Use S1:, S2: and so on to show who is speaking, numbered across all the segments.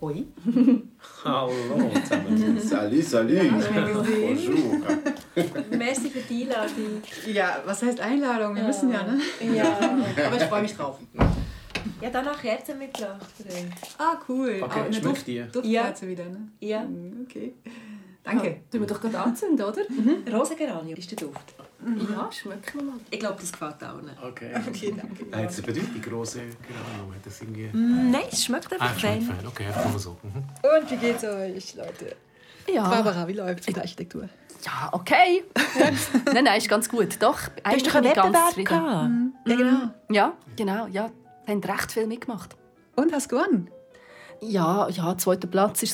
S1: Hui.
S2: Hallo zusammen.
S3: Salut, salut.
S1: Ja, hab ich mir gesehen.
S3: Bonjour.
S4: Merci für die Einladung.
S1: Ja, was heißt Einladung? Wir müssen ja, ne?
S4: Ja.
S1: Aber ich freue mich drauf.
S4: Ja, danach Kerzen mitgebracht.
S1: Ah, cool.
S2: Okay,
S1: ah,
S2: schmeckt
S1: Duft,
S2: die?
S1: Duftkerze wieder, ne?
S4: Ja.
S1: Mm, Okay. Danke.
S5: Tun wir doch gerade anzünden, oder?
S4: Rosengeranium ist der Duft.
S5: Ja, schmecken wir mal.
S4: Ich glaube, das gefällt allen.
S2: Okay.
S1: Okay, danke.
S2: Ah, jetzt eine Bedeutung, große Geranium. Hat das irgendwie...
S4: Mm, Nein, es schmeckt
S2: Ah,
S4: einfach
S2: schmeckt
S4: fein.
S2: fein. Okay, einfach mal so. Mhm.
S1: Und wie geht's euch, Leute?
S5: Ja,
S1: Barbara, wie läuft's mit der Architektur?
S5: ja okay. nein, nein, ist ganz gut.
S4: Du
S5: Doch,
S4: hast
S5: eigentlich
S4: doch einen
S5: bin ich ganz
S4: Wettbewerb
S5: zufrieden.
S6: Hm.
S4: gehabt.
S1: Ja, genau.
S5: Ja, genau, ja. Sie haben recht viel mitgemacht.
S1: Und hast gewonnen?
S5: Ja, ja, zweiter Platz war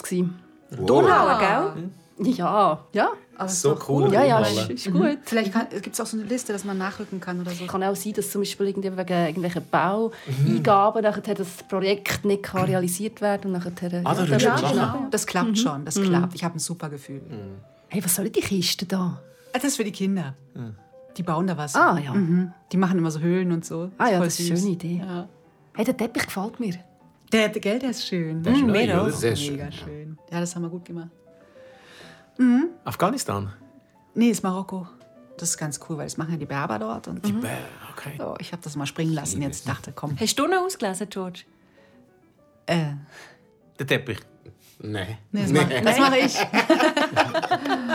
S5: es.
S4: Donau, gell?
S5: Ja, ja,
S1: Aber es
S2: So
S1: ist doch
S2: cool.
S5: ja, ja,
S2: Rundmalle.
S5: ist, ist gut.
S1: Vielleicht gibt es auch so eine Liste, dass man nachrücken kann oder so.
S5: Kann auch sein, dass zum Beispiel irgendwie wegen irgendwelchen Baueingaben nachher das Projekt nicht kann realisiert werden kann. und nachher-
S2: Ah, da
S5: ja,
S2: rührst du
S5: dann-
S2: nach.
S1: Genau. Das klappt schon,
S5: Mhm.
S1: das klappt. Ich habe ein super Gefühl.
S5: Hey, was soll die Kiste da?
S1: Ah, Das ist für die Kinder. Die bauen da was.
S5: Ah, ja.
S1: Mhm. Die machen immer so Höhlen und so.
S5: Ah ja,
S1: Voll
S5: das ist eine
S1: süß.
S5: schöne Idee.
S1: Ja.
S5: Hey, der Teppich gefällt mir.
S1: Der, der Geld der ist schön. Hm,
S2: Das ist neu,
S4: mega.
S2: oder? Sehr schön.
S1: Mega schön. Ja, das haben wir gut gemacht.
S2: Afghanistan?
S1: Mhm. Nee, ist Marokko. Das ist ganz cool, weil das machen ja die Berber dort. Und Mhm.
S2: Bäh, Okay.
S1: so, ich habe das mal springen lassen. Jetzt dachte, komm.
S4: Hast du noch ausgelesen, George?
S1: Äh,
S2: Der Teppich.
S3: Nein.
S1: nee, das, Mach, das mache ich.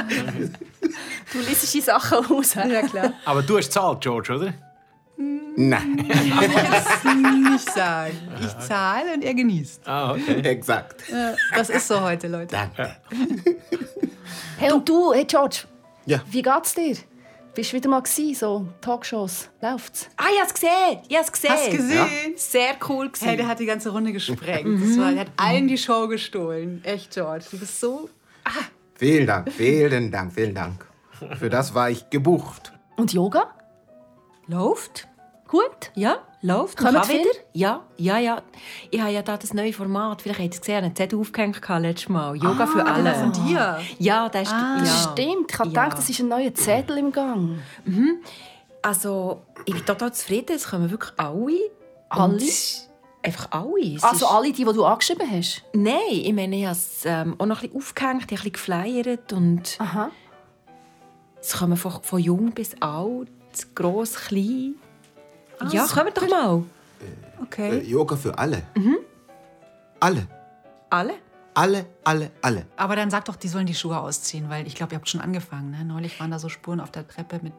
S5: Du liest die Sachen aus.
S1: Ja, klar.
S2: Aber du hast zahlt, George, oder?
S3: Nein.
S1: Nicht sagen. Ich zahle und er genießt.
S2: Ah, okay.
S3: Exakt.
S1: Äh, Das ist so heute, Leute.
S3: Danke.
S5: Hey, und du, hey George.
S3: Ja.
S5: Wie geht's dir? Bist du wieder mal gsi, so Talkshows? Läuft's?
S4: Ah, ich habe es gesehen. Ich habe es gesehen.
S1: Hast du gesehen?
S4: Sehr cool
S1: Hey,
S4: gewesen.
S1: der hat die ganze Runde gesprengt.
S2: Mhm.
S1: Das war, der hat allen die Show gestohlen. Echt, George. Du bist so.
S3: Vielen Dank, vielen Dank, vielen Dank. Für das war ich gebucht.
S5: Und Yoga?
S4: Läuft?
S5: Gut?
S4: Ja, läuft.
S5: Kommen
S4: Man
S5: viele?
S4: Ja, ja, ja. Ich habe ja da das neue Format, vielleicht habt ihr es gesehen, einen Zettel aufgehängt gehabt letztes Mal. Yoga für alle.
S1: von dir.
S4: Ja, das ist... ja.
S5: Ah, Stimmt, ich habe
S4: Ja.
S5: gedacht, es ist ein neuer Zettel im Gang.
S4: Also, ich bin total zufrieden. Es kommen wirklich alle.
S5: Alle?
S4: Und es ist Einfach alle. Es
S5: Also
S4: ist-
S5: alle die, die du angeschrieben hast?
S4: Nein, ich meine, ich habe es ähm, auch noch ein bisschen aufgehängt, ich habe ein bisschen geflyert und
S5: Aha.
S4: es kommen von, von jung bis alt, gross, klein. ja, kommt doch mal.
S3: Äh,
S1: Okay.
S3: Yoga für alle. Alle.
S4: Alle?
S3: Alle, alle, alle.
S1: Aber dann sag doch, die sollen die Schuhe ausziehen, weil ich glaube, ihr habt schon angefangen. Ne? Neulich waren da so Spuren auf der Treppe mit,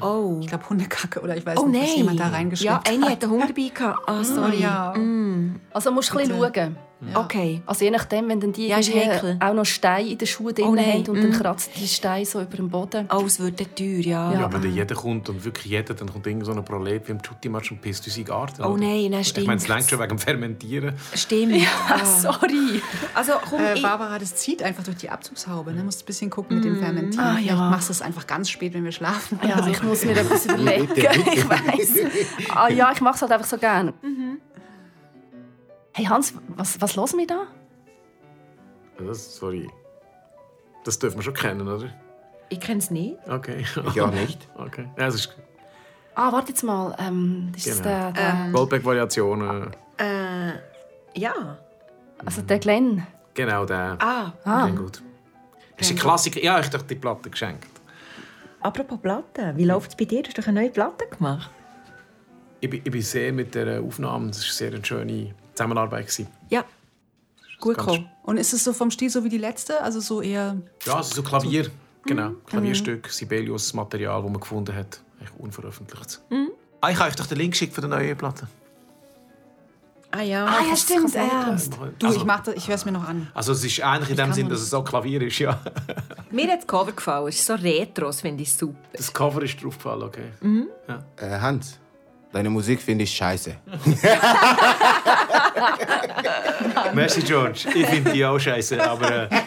S4: Oh.
S1: ich glaube, Hundekacke oder ich weiß
S4: Oh
S1: nicht,
S4: nein.
S1: was jemand da reingeschleppt
S4: Ja, eine hat einen Hund dabei gehabt. Ah, sorry.
S1: ja.
S4: Mm.
S5: Also musst du ein bisschen schauen.
S4: Okay.
S5: Also je nachdem, wenn dann die
S4: Ja, ist
S5: irgendwie
S4: heikel.
S5: auch noch Steine in den Schuhen drin
S4: nein.
S5: haben und dann
S4: Mm.
S5: kratzen die Steine so über den Boden.
S4: Oh, es wird dann teuer, ja.
S2: Ja, wenn dann jeder kommt und wirklich jeder, dann kommt irgend so ein Prolet wie im Chutti-Match und pisst uns in den Garten.
S4: Oh
S2: oder?
S4: nein, dann
S2: Ich meine, es
S4: stinkt's.
S2: längt schon wegen dem Fermentieren.
S4: Stimmt.
S5: Ah, sorry.
S4: Also, komm,
S1: Äh,
S4: ich...
S1: Barbara, das zieht einfach durch die Abzugshaube. Ne? Musst ein bisschen gucken mit dem
S4: Mm,
S1: Fermentieren.
S5: Ah, ja.
S1: Vielleicht machst du es einfach ganz spät, wenn wir schlafen. Also,
S5: Ja,
S1: oder so.
S5: ich muss mir etwas überlegen. ich weiß. Ah ja, ich mache es halt einfach so gerne.
S4: Mhm.
S5: Hey Hans, was, was hören wir da?
S2: Das, sorry. Das dürfen wir schon kennen, oder?
S4: Ich kenne es nicht.
S2: Okay.
S3: Ich auch nicht.
S2: Okay. Ja, es ist
S5: Ah, warte jetzt mal. Ähm, ist das
S2: Genau.
S5: der, der,
S2: Goldberg-Variationen.
S4: Äh, ja.
S5: also der Glenn?
S2: Genau der.
S4: Ah,
S5: Ah.
S2: Sehr gut. Das ist ein Klassiker. Ja, ich habe die Platte geschenkt.
S4: apropos Platten. Wie läuft es bei dir? Hast du doch eine neue Platte gemacht?
S2: Ich bin, ich bin sehr mit der Aufnahme. Das war sehr eine schöne Zusammenarbeit. gewesen.
S4: Ja. Gut
S2: ganz
S4: gekommen.
S1: Und ist es so vom Stil so wie die letzte? Also so eher.
S2: Ja, also so Klavier.
S4: Mhm.
S2: Genau. Klavierstück, Sibelius, Material, das man gefunden hat. Eigentlich unveröffentlicht.
S4: Mhm.
S2: Ah, ich habe euch doch den Link geschickt von der neuen Platte.
S4: Ah ja. Also
S5: Ah ja, stimmt. Ja.
S1: Du, ich mach das, ich höre es mir noch an.
S2: Also es ist ähnlich in dem Sinn, dass es so Klavier ist, ja.
S4: Mir hat das Cover gefallen. Es ist so retro, das finde ich super.
S2: Das Cover ist draufgefallen, okay.
S3: Äh, Hans, deine Musik finde ich scheiße.
S2: Merci, George. Ich finde die auch scheiße, aber... Äh,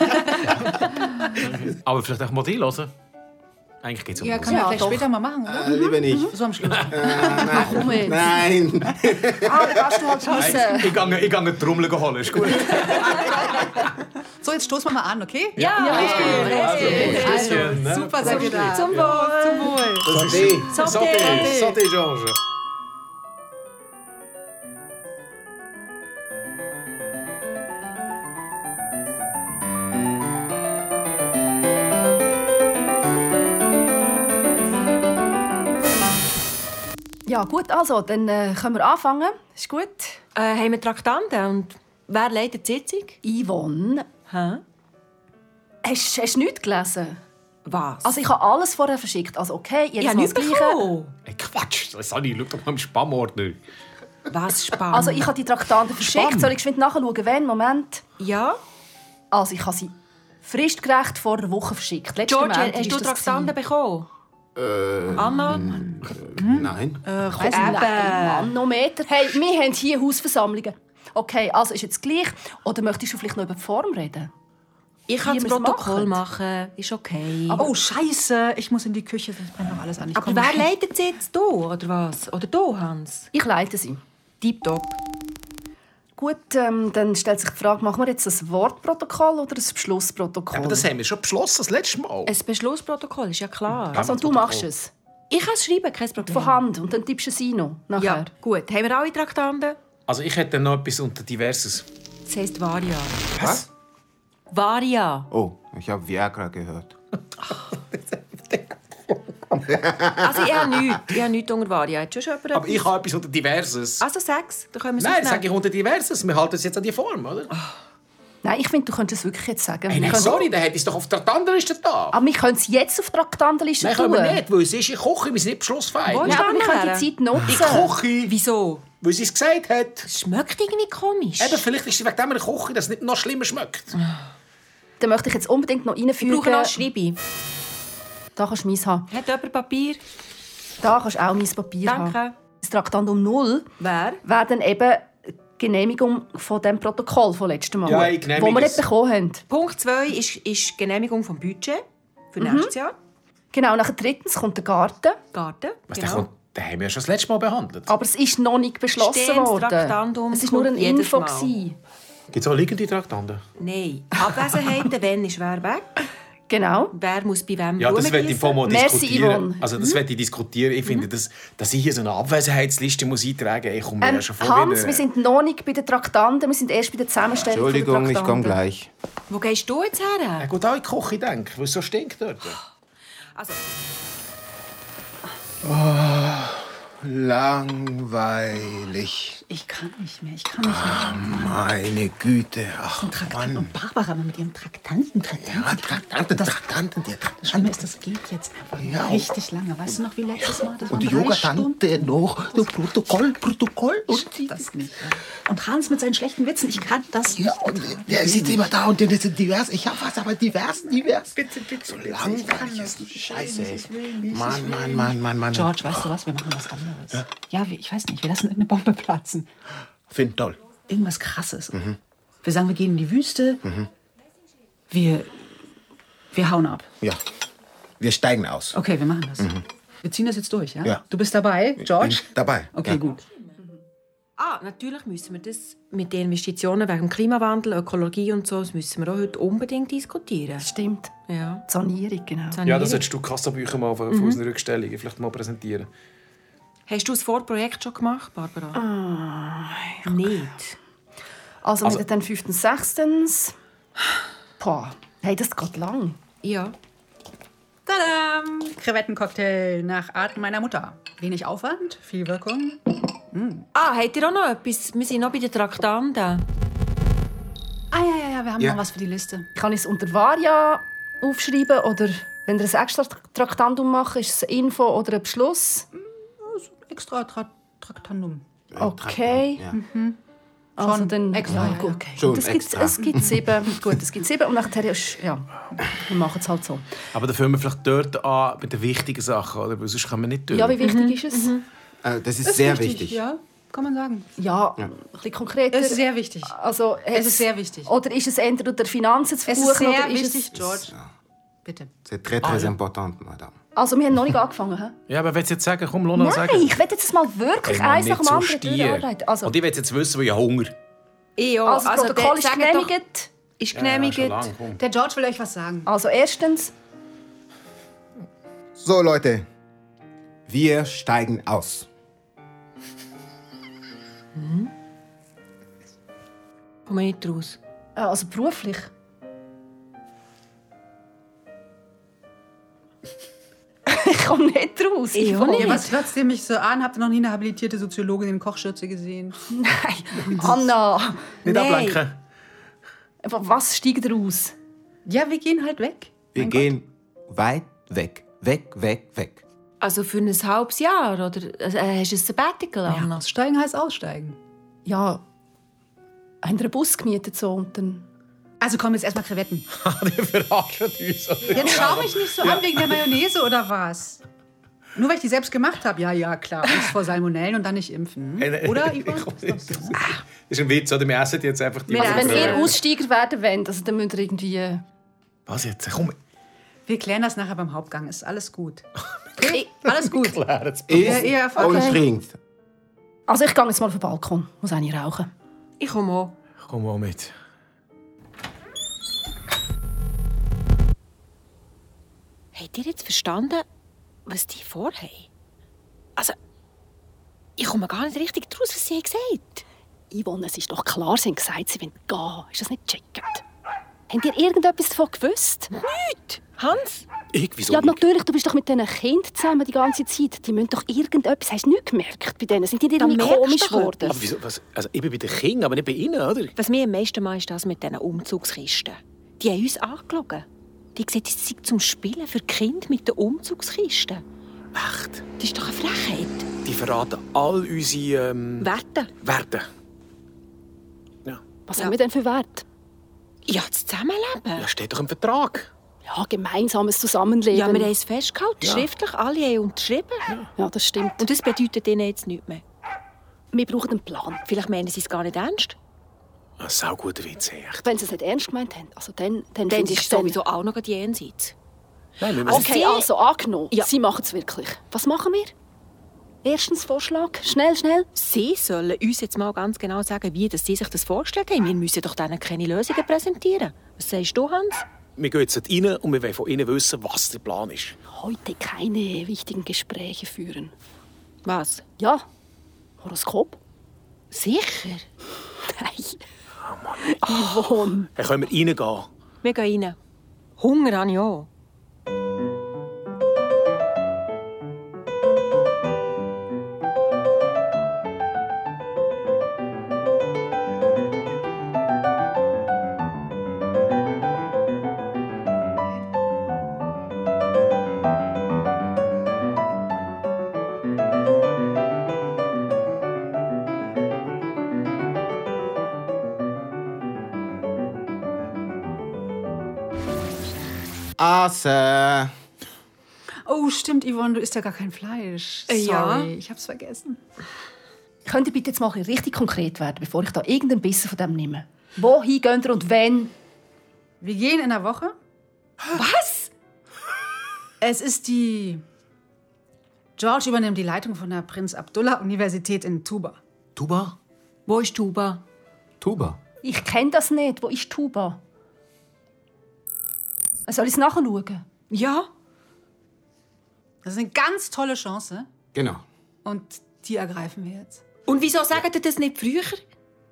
S2: aber vielleicht auch mal die hören. Eigentlich geht es um
S1: Ja,
S2: die
S1: kann man
S5: Ja,
S1: vielleicht
S5: doch.
S1: später mal machen, oder?
S3: Äh, lieber nicht.
S1: So am Schluss.
S5: Warum jetzt?
S3: Nein.
S5: Ah, da kannst du halt schiessen.
S2: Musik. Ich gehe ich gehe eine Trommel holen, ist gut.
S1: So, jetzt stoßen wir mal an, okay?
S4: Ja,
S2: Also,
S1: Super, seid ihr da.
S4: zum Wohl.
S1: Zum Wohl.
S3: Santé.
S2: Santé. Santé, George.
S5: Ja, gut, also, dann äh, können wir anfangen. Ist gut.
S4: Äh, haben wir Traktanten und wer leitet die Sitzung?
S5: Yvonne,
S4: Hä?
S5: hast hast du nichts gelesen?
S4: Was?
S5: Also, ich habe alles vorher verschickt. Also, okay,
S4: ich
S5: jedes
S4: habe
S5: Mal
S4: nichts
S5: das Gleiche.
S4: bekommen.
S2: Hey, Quatsch, Sani, schau doch mal im Spammordner.
S4: Was spannend.
S5: Also, ich habe die Traktanten verschickt.
S2: Spannend.
S5: Soll ich geschwind nachschauen? Wen? Moment.
S4: ja.
S5: Also, ich habe sie fristgerecht vor einer Woche verschickt. Letzten
S4: George,
S5: Montag
S4: hast
S5: ist
S4: du
S5: das
S4: Traktanten
S5: gewesen.
S4: bekommen? Anna?
S3: Nein.
S5: Also,
S4: Eben.
S5: nein, Manometer. Hey, wir haben hier Hausversammlungen. Okay, also ist jetzt gleich. Oder möchtest du vielleicht noch über die Form reden?
S4: Ich kann
S5: Wie
S4: das
S5: wir es
S4: Protokoll machen. Ist okay.
S6: Aber, oh, Scheiße, ich muss in die Küche, das brennt noch alles an. Ich
S4: Aber
S6: komm
S4: wer
S6: nicht.
S4: leitet sie jetzt? Du oder was? Oder du, Hans?
S5: Ich leite sie.
S4: Tipptopp.
S5: Gut, ähm, dann stellt sich die Frage, machen wir jetzt ein Wortprotokoll oder ein Beschlussprotokoll?
S2: Aber das haben wir schon beschlossen, das letzte Mal.
S4: Ein Beschlussprotokoll ist ja klar.
S5: also, und du machst es.
S4: Ich kann es schreiben, kein Problem.
S5: Von Hand. Und dann tippst du es ein noch.
S4: Ja,
S5: Nachher.
S4: gut. Haben wir alle Traktanten?
S2: Also ich hätte noch etwas unter Diverses.
S4: Das heisst Varia.
S3: Was?
S4: Varia.
S3: Oh, ich habe Viagra gehört.
S4: Also ich habe nichts. Ich habe nichts unter Varia. Hat schon jemand
S2: Aber ich
S4: etwas?
S2: habe etwas unter Diverses.
S4: Also sechs, dann können wir es
S2: Nein, das
S4: aufnehmen.
S2: sage ich unter Diverses. Wir halten es jetzt an die Form, oder?
S5: Nein, ich finde, du könntest es wirklich jetzt sagen.
S2: hey,
S5: Wir
S2: nein,
S5: können-
S2: sorry, dann hätte ich es doch auf der anderen Liste da.
S5: Aber wir können es jetzt auf die Traktandenliste
S2: Nein,
S5: tun.
S2: können wir nicht, weil es ist in Koche, wir sind nicht beschlussfähig.
S4: Wo
S5: Nein, aber wir
S4: Spannend
S5: können die
S4: wäre.
S5: Zeit
S2: In
S5: nutzen.
S2: Koche,
S4: Wieso?
S2: weil sie es gesagt hat.
S4: Es schmeckt irgendwie komisch.
S2: Eben, vielleicht ist sie wegen dem in der Küche, dass es nicht noch schlimmer schmeckt.
S5: Ah, Dann möchte ich jetzt unbedingt noch
S4: ich
S5: reinfügen.
S4: brauche noch ein Schreiben.
S5: da kannst du meins haben.
S4: Hat jemand Papier?
S5: Da kannst du auch mein Papier haben.
S4: Danke.
S5: Das Traktandum 0
S4: Wer?
S5: wäre dann eben die Genehmigung von dem Protokoll von letztem Mal,
S2: Ja, ich genehmige
S5: wo wir
S2: es.
S5: nicht bekommen haben.
S4: Punkt 2 ist, ist Genehmigung vom Budget für nächstes Jahr.
S5: Genau, nachher drittens kommt der Garten,
S4: Garten. Genau.
S2: Was, den,
S5: genau.
S2: kommt, den haben wir ja schon das letzte Mal behandelt.
S5: aber es ist noch nicht beschlossen
S4: Stehendes
S5: worden.
S4: Traktandum
S5: es ist nur eine
S4: kommt jedes
S5: Info
S4: Mal.
S5: gewesen.
S2: Gibt es auch liegende Traktanten?
S4: Nein. Abwesenheiten, wenn ist wer weg?
S5: Genau.
S4: Wer muss bei wem
S2: Ja, das
S4: Blumen
S2: werde ich
S4: gießen?
S2: vorher mal
S5: Merci,
S2: diskutieren.
S5: Yvonne. Mhm.
S2: Also, das werde ich diskutieren. Ich finde, dass, dass ich hier so eine Abwesenheitsliste muss eintragen muss, ich komme mir
S5: Ähm,
S2: ja schon äh, vor
S5: Hans,
S2: wieder-
S5: wir sind noch nicht bei den Traktanten, wir sind erst bei der Zusammenstellung von den
S3: Entschuldigung, ich komme
S5: Traktanten.
S3: gleich.
S4: Wo gehst du jetzt
S2: Ja,
S4: her?
S2: gut, auch in die Küche, denke ich, weil es so stinkt dort.
S5: Ah,
S4: Also,
S3: Langweilig.
S6: Ich kann nicht mehr, ich kann nicht mehr.
S3: Ah, Meine Güte. Ach, Mann.
S6: Barbara mit ihrem Traktanten. Traktanten.
S3: Ja, Traktanten, Traktanten, der
S6: Schlimm
S3: Traktanten.
S6: ist, das geht jetzt einfach
S3: Ja.
S6: richtig lange. Weißt du noch, wie letztes Mal? Das waren
S3: Und die
S6: drei Stunden.
S3: Yoga-Tante noch. Das Protokoll, Protokoll. Und die,
S6: Das nicht. Und Hans mit seinen schlechten Witzen, ich kann das
S3: ja,
S6: nicht.
S3: und der sitzt Äh, immer da und der ist divers. Ich hab was, aber divers, divers. Bitte, bitte. So langweilig ist die Scheiße. ey. Mann, Mann, Mann, Mann, Mann.
S6: George, weißt du was? Wir machen was anderes. Ja, wir, ich weiß nicht, wir lassen eine Bombe platzen.
S3: Find toll.
S6: Irgendwas Krasses.
S3: Mhm.
S6: Wir sagen, wir gehen in die Wüste. Wir, wir hauen ab.
S3: Ja. Wir steigen aus.
S6: Okay, wir machen das. Wir ziehen das jetzt durch, ja?
S3: Mhm. Ja.
S6: Du bist dabei, George?
S3: Bin dabei.
S6: Okay,
S3: Ja.
S6: gut.
S4: ah, natürlich müssen wir das mit den Investitionen wegen Klimawandel, Ökologie und so, das müssen wir auch heute unbedingt diskutieren.
S5: Stimmt,
S4: Ja.
S5: die Sanierung, genau.
S2: Ja, das solltest du Kassenbücher mal von mhm. unseren Rückstellungen vielleicht mal präsentieren.
S4: Hast du das Vorprojekt schon gemacht, Barbara?
S6: Ah.
S4: Nicht.
S5: Also, also mit den fünftens, sechstens. Boah, hey, das geht lang.
S4: Ja.
S6: Tadam! Krevettencocktail nach Art meiner Mutter. Wenig Aufwand, viel Wirkung.
S4: Ah, habt ihr auch noch etwas? Wir sind noch bei den Traktanten.
S6: Ah, ja, ja, ja, wir haben
S3: Ja.
S6: noch was für die Liste.
S5: Kann ich es unter Varia aufschreiben oder wenn ihr ein extra Tra- Traktandum macht, ist es eine Info oder ein Beschluss?
S6: Extra Tra Traktandum.
S5: Okay.
S3: Ja.
S5: Also dann
S6: Mhm. extra, ja,
S5: Ja, gut.
S6: okay.
S3: Schon
S5: Gut, es, gibt,
S3: extra.
S5: es gibt sieben. Gut, es gibt sieben und nachher ist ja, wir machen es halt so.
S2: Aber da fangen wir vielleicht dort an mit den wichtigen Sachen, oder? Weil sonst kommen wir nicht durch.
S5: Ja, wie wichtig
S6: Mhm.
S5: ist es?
S3: Äh, Das ist sehr wichtig.
S6: Ja, kann man sagen.
S5: Ja, ein bisschen konkreter.
S6: Es ist sehr wichtig.
S5: also
S6: Es ist sehr wichtig.
S5: Oder ist es entweder der Finanzen zu
S6: Es
S5: verbuchen
S6: ist sehr
S5: oder ist
S6: wichtig,
S5: es?
S6: George. Bitte.
S3: C'est très, très important, madame.
S5: Also wir haben noch nicht angefangen, hä?
S2: Ja, aber willst du jetzt sagen, komm, Lona,
S5: Nein,
S2: sag es.
S5: ich will jetzt mal wirklich
S2: Mann,
S5: eins nach
S2: nicht
S5: dem
S2: so
S5: anderen
S2: stier.
S5: durcharbeiten. Also,
S2: Und ich will jetzt wissen, weil ich Hunger
S4: Ich auch.
S5: also, das Protokoll
S4: der-
S5: ist
S4: sagt doch-
S5: genehmigt.
S4: Ist
S2: Genehmigt.
S4: genehmigt.
S6: Der George will euch was sagen.
S5: Also erstens,
S3: So, Leute. Wir steigen aus.
S4: Komm nicht raus.
S5: äh, also beruflich. ich komme nicht raus. Ich
S4: auch
S5: will
S4: nicht.
S5: nicht.
S4: Ja,
S6: Was glotzt ihr mich so an? Habt ihr noch nie eine habilitierte Soziologin in Kochschürze gesehen?
S5: Anna,
S7: Nicht
S4: Nee.
S7: ablenken.
S5: aber was steigt raus?
S6: Ja, wir gehen halt weg.
S3: Wir gehen weit weg. Weg, weg, weg.
S4: Also für ein halbes Jahr, oder? Äh, hast du ein Sabbatical, Anna?
S6: Aussteigen heißt aussteigen.
S5: Ja, haben wir einen Bus gemietet so und dann...
S6: Also komm, jetzt erstmal Krevetten.
S3: Die verarschen uns.
S6: Jetzt schau mich nicht so an wegen der Mayonnaise oder was? Nur weil ich die selbst gemacht habe. Ja, ja, klar. Angst vor Salmonellen und dann nicht impfen.
S2: Äh,
S6: Oder, Ivo? Ist doch so.
S7: Das ist ein Witz, oder? Wir essen jetzt einfach die
S5: Also wenn
S7: Wurst.
S5: ihr Aussteiger werden wollt, also dann müsst ihr irgendwie...
S7: Was jetzt? Komm,
S6: Wir klären das nachher beim Hauptgang. Ist alles gut. Okay, alles gut.
S7: jetzt.
S6: Ja,
S3: Ist
S6: ja,
S3: und
S5: Okay.
S3: trinkt.
S5: Also ich gehe jetzt mal auf den Balkon, muss auch nicht rauchen.
S4: Ich komme auch.
S7: Komm mal mit.
S4: Habt ihr jetzt verstanden, was die vorhaben? Also, ich komme gar nicht richtig draus, was sie haben gesagt
S5: Yvonne, es ist doch klar, sie haben gesagt, sie wollen gehen. Ist das nicht checkend? Habt ihr irgendetwas davon gewusst?
S4: Hans?
S3: Ich, wieso
S5: ja, natürlich, du bist doch mit diesen Kindern zusammen die ganze Zeit. Die müssen doch irgendetwas... Hast du nichts gemerkt bei denen? Sind die irgendwie
S4: merkst du
S5: komisch
S4: doch
S5: geworden?
S2: Aber wieso, was, also ich bin bei den Kindern, aber nicht bei ihnen, oder?
S4: Was mir am meisten macht, ist das mit diesen Umzugskisten. Die haben uns angeschaut. Die sehen, es sei zum Spielen für Kind mit den Umzugskisten.
S2: Echt?
S4: Das ist doch eine Frechheit.
S2: Die verraten all unsere ähm,
S4: Wette.
S2: Werte.
S5: Was haben wir denn für Wert?
S4: Ja, das Zusammenleben.
S2: Ja, steht doch im Vertrag.
S5: Ja, gemeinsames Zusammenleben.
S4: Ja, wir haben es festgehalten, schriftlich, alle haben unterschrieben.
S5: ja das stimmt.
S4: Und das bedeutet ihnen jetzt nichts mehr.
S5: Wir brauchen einen Plan.
S4: Vielleicht meinen sie es gar nicht ernst.
S2: Ein sauguter Witz, ey, echt.
S5: Wenn sie es nicht ernst gemeint haben, also dann,
S4: Dann
S5: dann, finde
S4: ist
S5: ich
S4: es
S5: dann-
S4: sowieso auch noch jenseits.
S2: Nein, wir müssen
S5: Okay,
S4: Sie-
S5: also angenommen,
S4: Ja.
S5: sie machen es wirklich. Was machen wir? Erstens Vorschlag, schnell, schnell.
S4: Sie sollen uns jetzt mal ganz genau sagen, wie das Sie sich das vorgestellt haben. Wir müssen doch denen keine Lösungen präsentieren. Was sagst du, Hans?
S2: wir gehen jetzt rein und wir wollen von ihnen wissen, was der Plan ist.
S5: Heute keine wichtigen Gespräche führen.
S4: Was?
S5: Ja, Horoskop?
S4: Sicher?
S5: Nein. Oh Yvonne.
S2: Dann können wir reingehen.
S4: Wir gehen rein. Hunger habe ich auch.
S3: Asse.
S6: Oh, stimmt, Yvonne, du isst ja gar kein Fleisch. Sorry,
S4: ja.
S6: ich hab's vergessen.
S5: Könnt ihr bitte jetzt mal ein bisschen richtig konkret werden, bevor ich da irgendeinen Bissen von dem nehme? Wohin geht ihr und wenn?
S6: Wir gehen in der Woche. Was? Es ist die. George übernimmt die Leitung von der Prinz Abdullah Universität in Tuba.
S3: Tuba?
S4: Wo ist Tuba?
S3: Tuba.
S5: Ich kenne das nicht. Wo ist Tuba? Soll ich es nachschauen?
S4: Ja.
S6: Das ist eine ganz tolle Chance
S3: Genau.
S6: und die ergreifen wir jetzt.
S4: Und wieso sagt ihr das nicht früher?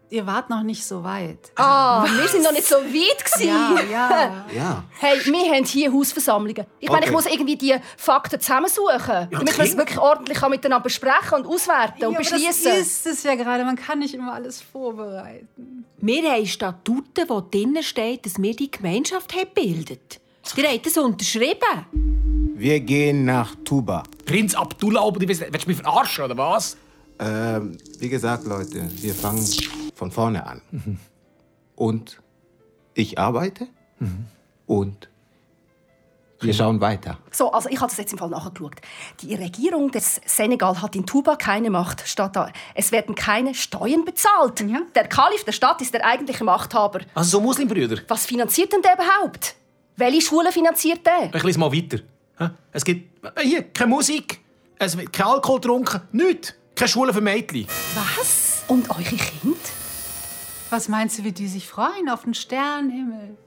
S6: Ihr wart noch nicht so weit.
S5: Ah, wir sind noch nicht so weit. Gewesen.
S6: Ja, ja.
S3: Ja.
S5: Hey, wir haben hier Hausversammlungen. Ich meine, ich
S3: Okay.
S5: muss irgendwie die Fakten zusammensuchen, damit man es
S2: okay.
S5: wirklich ordentlich kann miteinander besprechen und auswerten und
S6: Ja, aber
S5: beschließen.
S6: Das ist es ja gerade. Man kann nicht immer alles vorbereiten.
S4: Wir haben Statuten, wo drinnen steht, dass wir die Gemeinschaft haben gebildet haben. Ihr habt das unterschrieben.
S3: Wir gehen nach Tuba.
S2: Prinz Abdullah oben, die wissen- willst du mich verarschen, oder was?
S3: Ähm, wie gesagt, Leute, wir fangen von vorne an. Und ich arbeite und wir schauen weiter.
S5: So, also ich habe das jetzt im Fall nachgeschaut. Die Regierung des Senegal hat in Tuba keine Macht. Statt da, es werden keine Steuern bezahlt.
S6: Ja.
S5: Der Kalif der Stadt ist der eigentliche Machthaber.
S2: Also so Muslimbrüder.
S5: Was finanziert denn der überhaupt? Welche Schule finanziert der?
S7: Ich lese mal weiter. Hä? Es gibt äh, hier keine Musik, es wird kein Alkohol getrunken, nichts. Keine Schule für Mädchen.
S5: Was? Und eure Kinder?
S6: Was meinst du, wie die sich freuen auf den Sternenhimmel?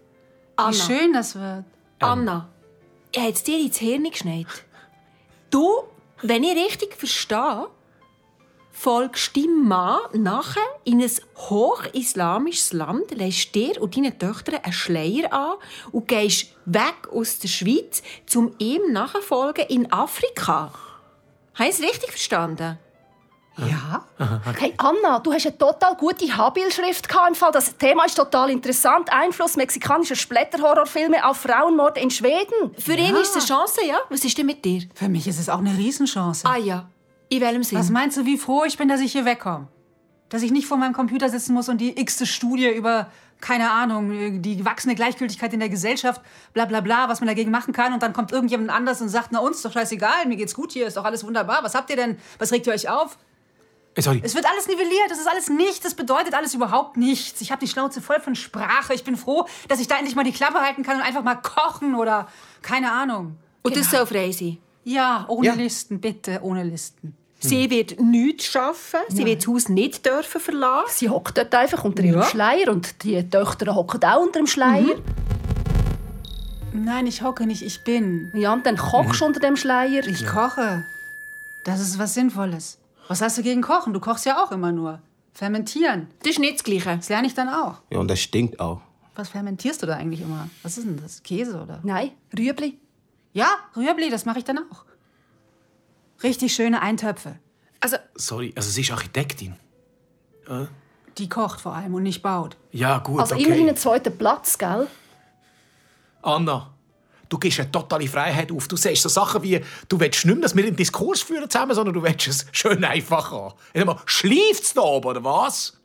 S4: Anna.
S6: Wie schön das wird.
S4: Anna, ich habe es dir ins Hirn geschneit. Du, wenn ich richtig verstehe, folgst deinem Mann nachher in ein hochislamisches Land, lässt dir und deinen Töchtern einen Schleier an und gehst weg aus der Schweiz, um ihm nachzufolgen in Afrika. Habe ich es richtig verstanden?
S1: Ja?
S5: Hey Anna, du hast eine total gute Habilschrift gehabt. im Fall. Das Thema ist total interessant. Einfluss mexikanischer Splatter-Horrorfilme auf Frauenmorde in Schweden.
S4: Für ihn ist es eine Chance, ja? Was ist denn mit dir?
S1: Für mich ist es auch eine Riesenchance.
S4: Ah ja, in welchem Sinn?
S1: Was meinst du, wie froh ich bin, dass ich hier wegkomme? Dass ich nicht vor meinem Computer sitzen muss und die x-te Studie über, keine Ahnung, die wachsende Gleichgültigkeit in der Gesellschaft, bla bla bla, was man dagegen machen kann. Und dann kommt irgendjemand anders und sagt, na uns, doch scheißegal, mir geht's gut hier, ist doch alles wunderbar. Was habt ihr denn? Was regt ihr euch auf?
S2: Hey, Äh, sorry.
S1: Es wird alles nivelliert, das ist alles nichts, das bedeutet alles überhaupt nichts. Ich habe die Schnauze voll von Sprache. Ich bin froh, dass ich da endlich mal die Klappe halten kann und einfach mal kochen oder keine Ahnung.
S4: und
S6: Genau.
S4: das soll frei sein.
S1: Ja, ohne Listen, bitte, ohne Listen.
S4: Sie wird nichts schaffen, sie wird das Haus nicht dürfen verlassen.
S5: Sie hockt dort einfach unter ihrem Schleier und die Töchter hocken auch unter dem Schleier.
S1: Nein, ich hocke nicht, ich bin.
S5: Ja, und dann kochst du unter dem Schleier.
S1: Ich koche. Das ist was Sinnvolles. Was hast du gegen Kochen? Du kochst ja auch immer nur. Fermentieren.
S4: Das ist nicht das Gleiche.
S1: Das lerne ich dann auch.
S3: Ja, und das stinkt auch.
S1: Was fermentierst du da eigentlich immer? Was ist denn das? Käse oder?
S5: Nein, Rüebli.
S1: Ja, Rührblé, das mache ich dann auch. Richtig schöne Eintöpfe.
S4: Also,
S2: Sorry, also sie ist Architektin.
S1: Die kocht vor allem und nicht baut.
S2: Ja, gut,
S5: Also
S2: okay.
S5: immerhin einen zweiten Platz, gell?
S2: Anna, du gibst eine totale Freiheit auf. Du sagst so Sachen wie, du willst nicht mehr, dass wir einen Diskurs führen zusammen, sondern du willst es schön einfach haben. Ich sag mal, schläft's da oben, oder was?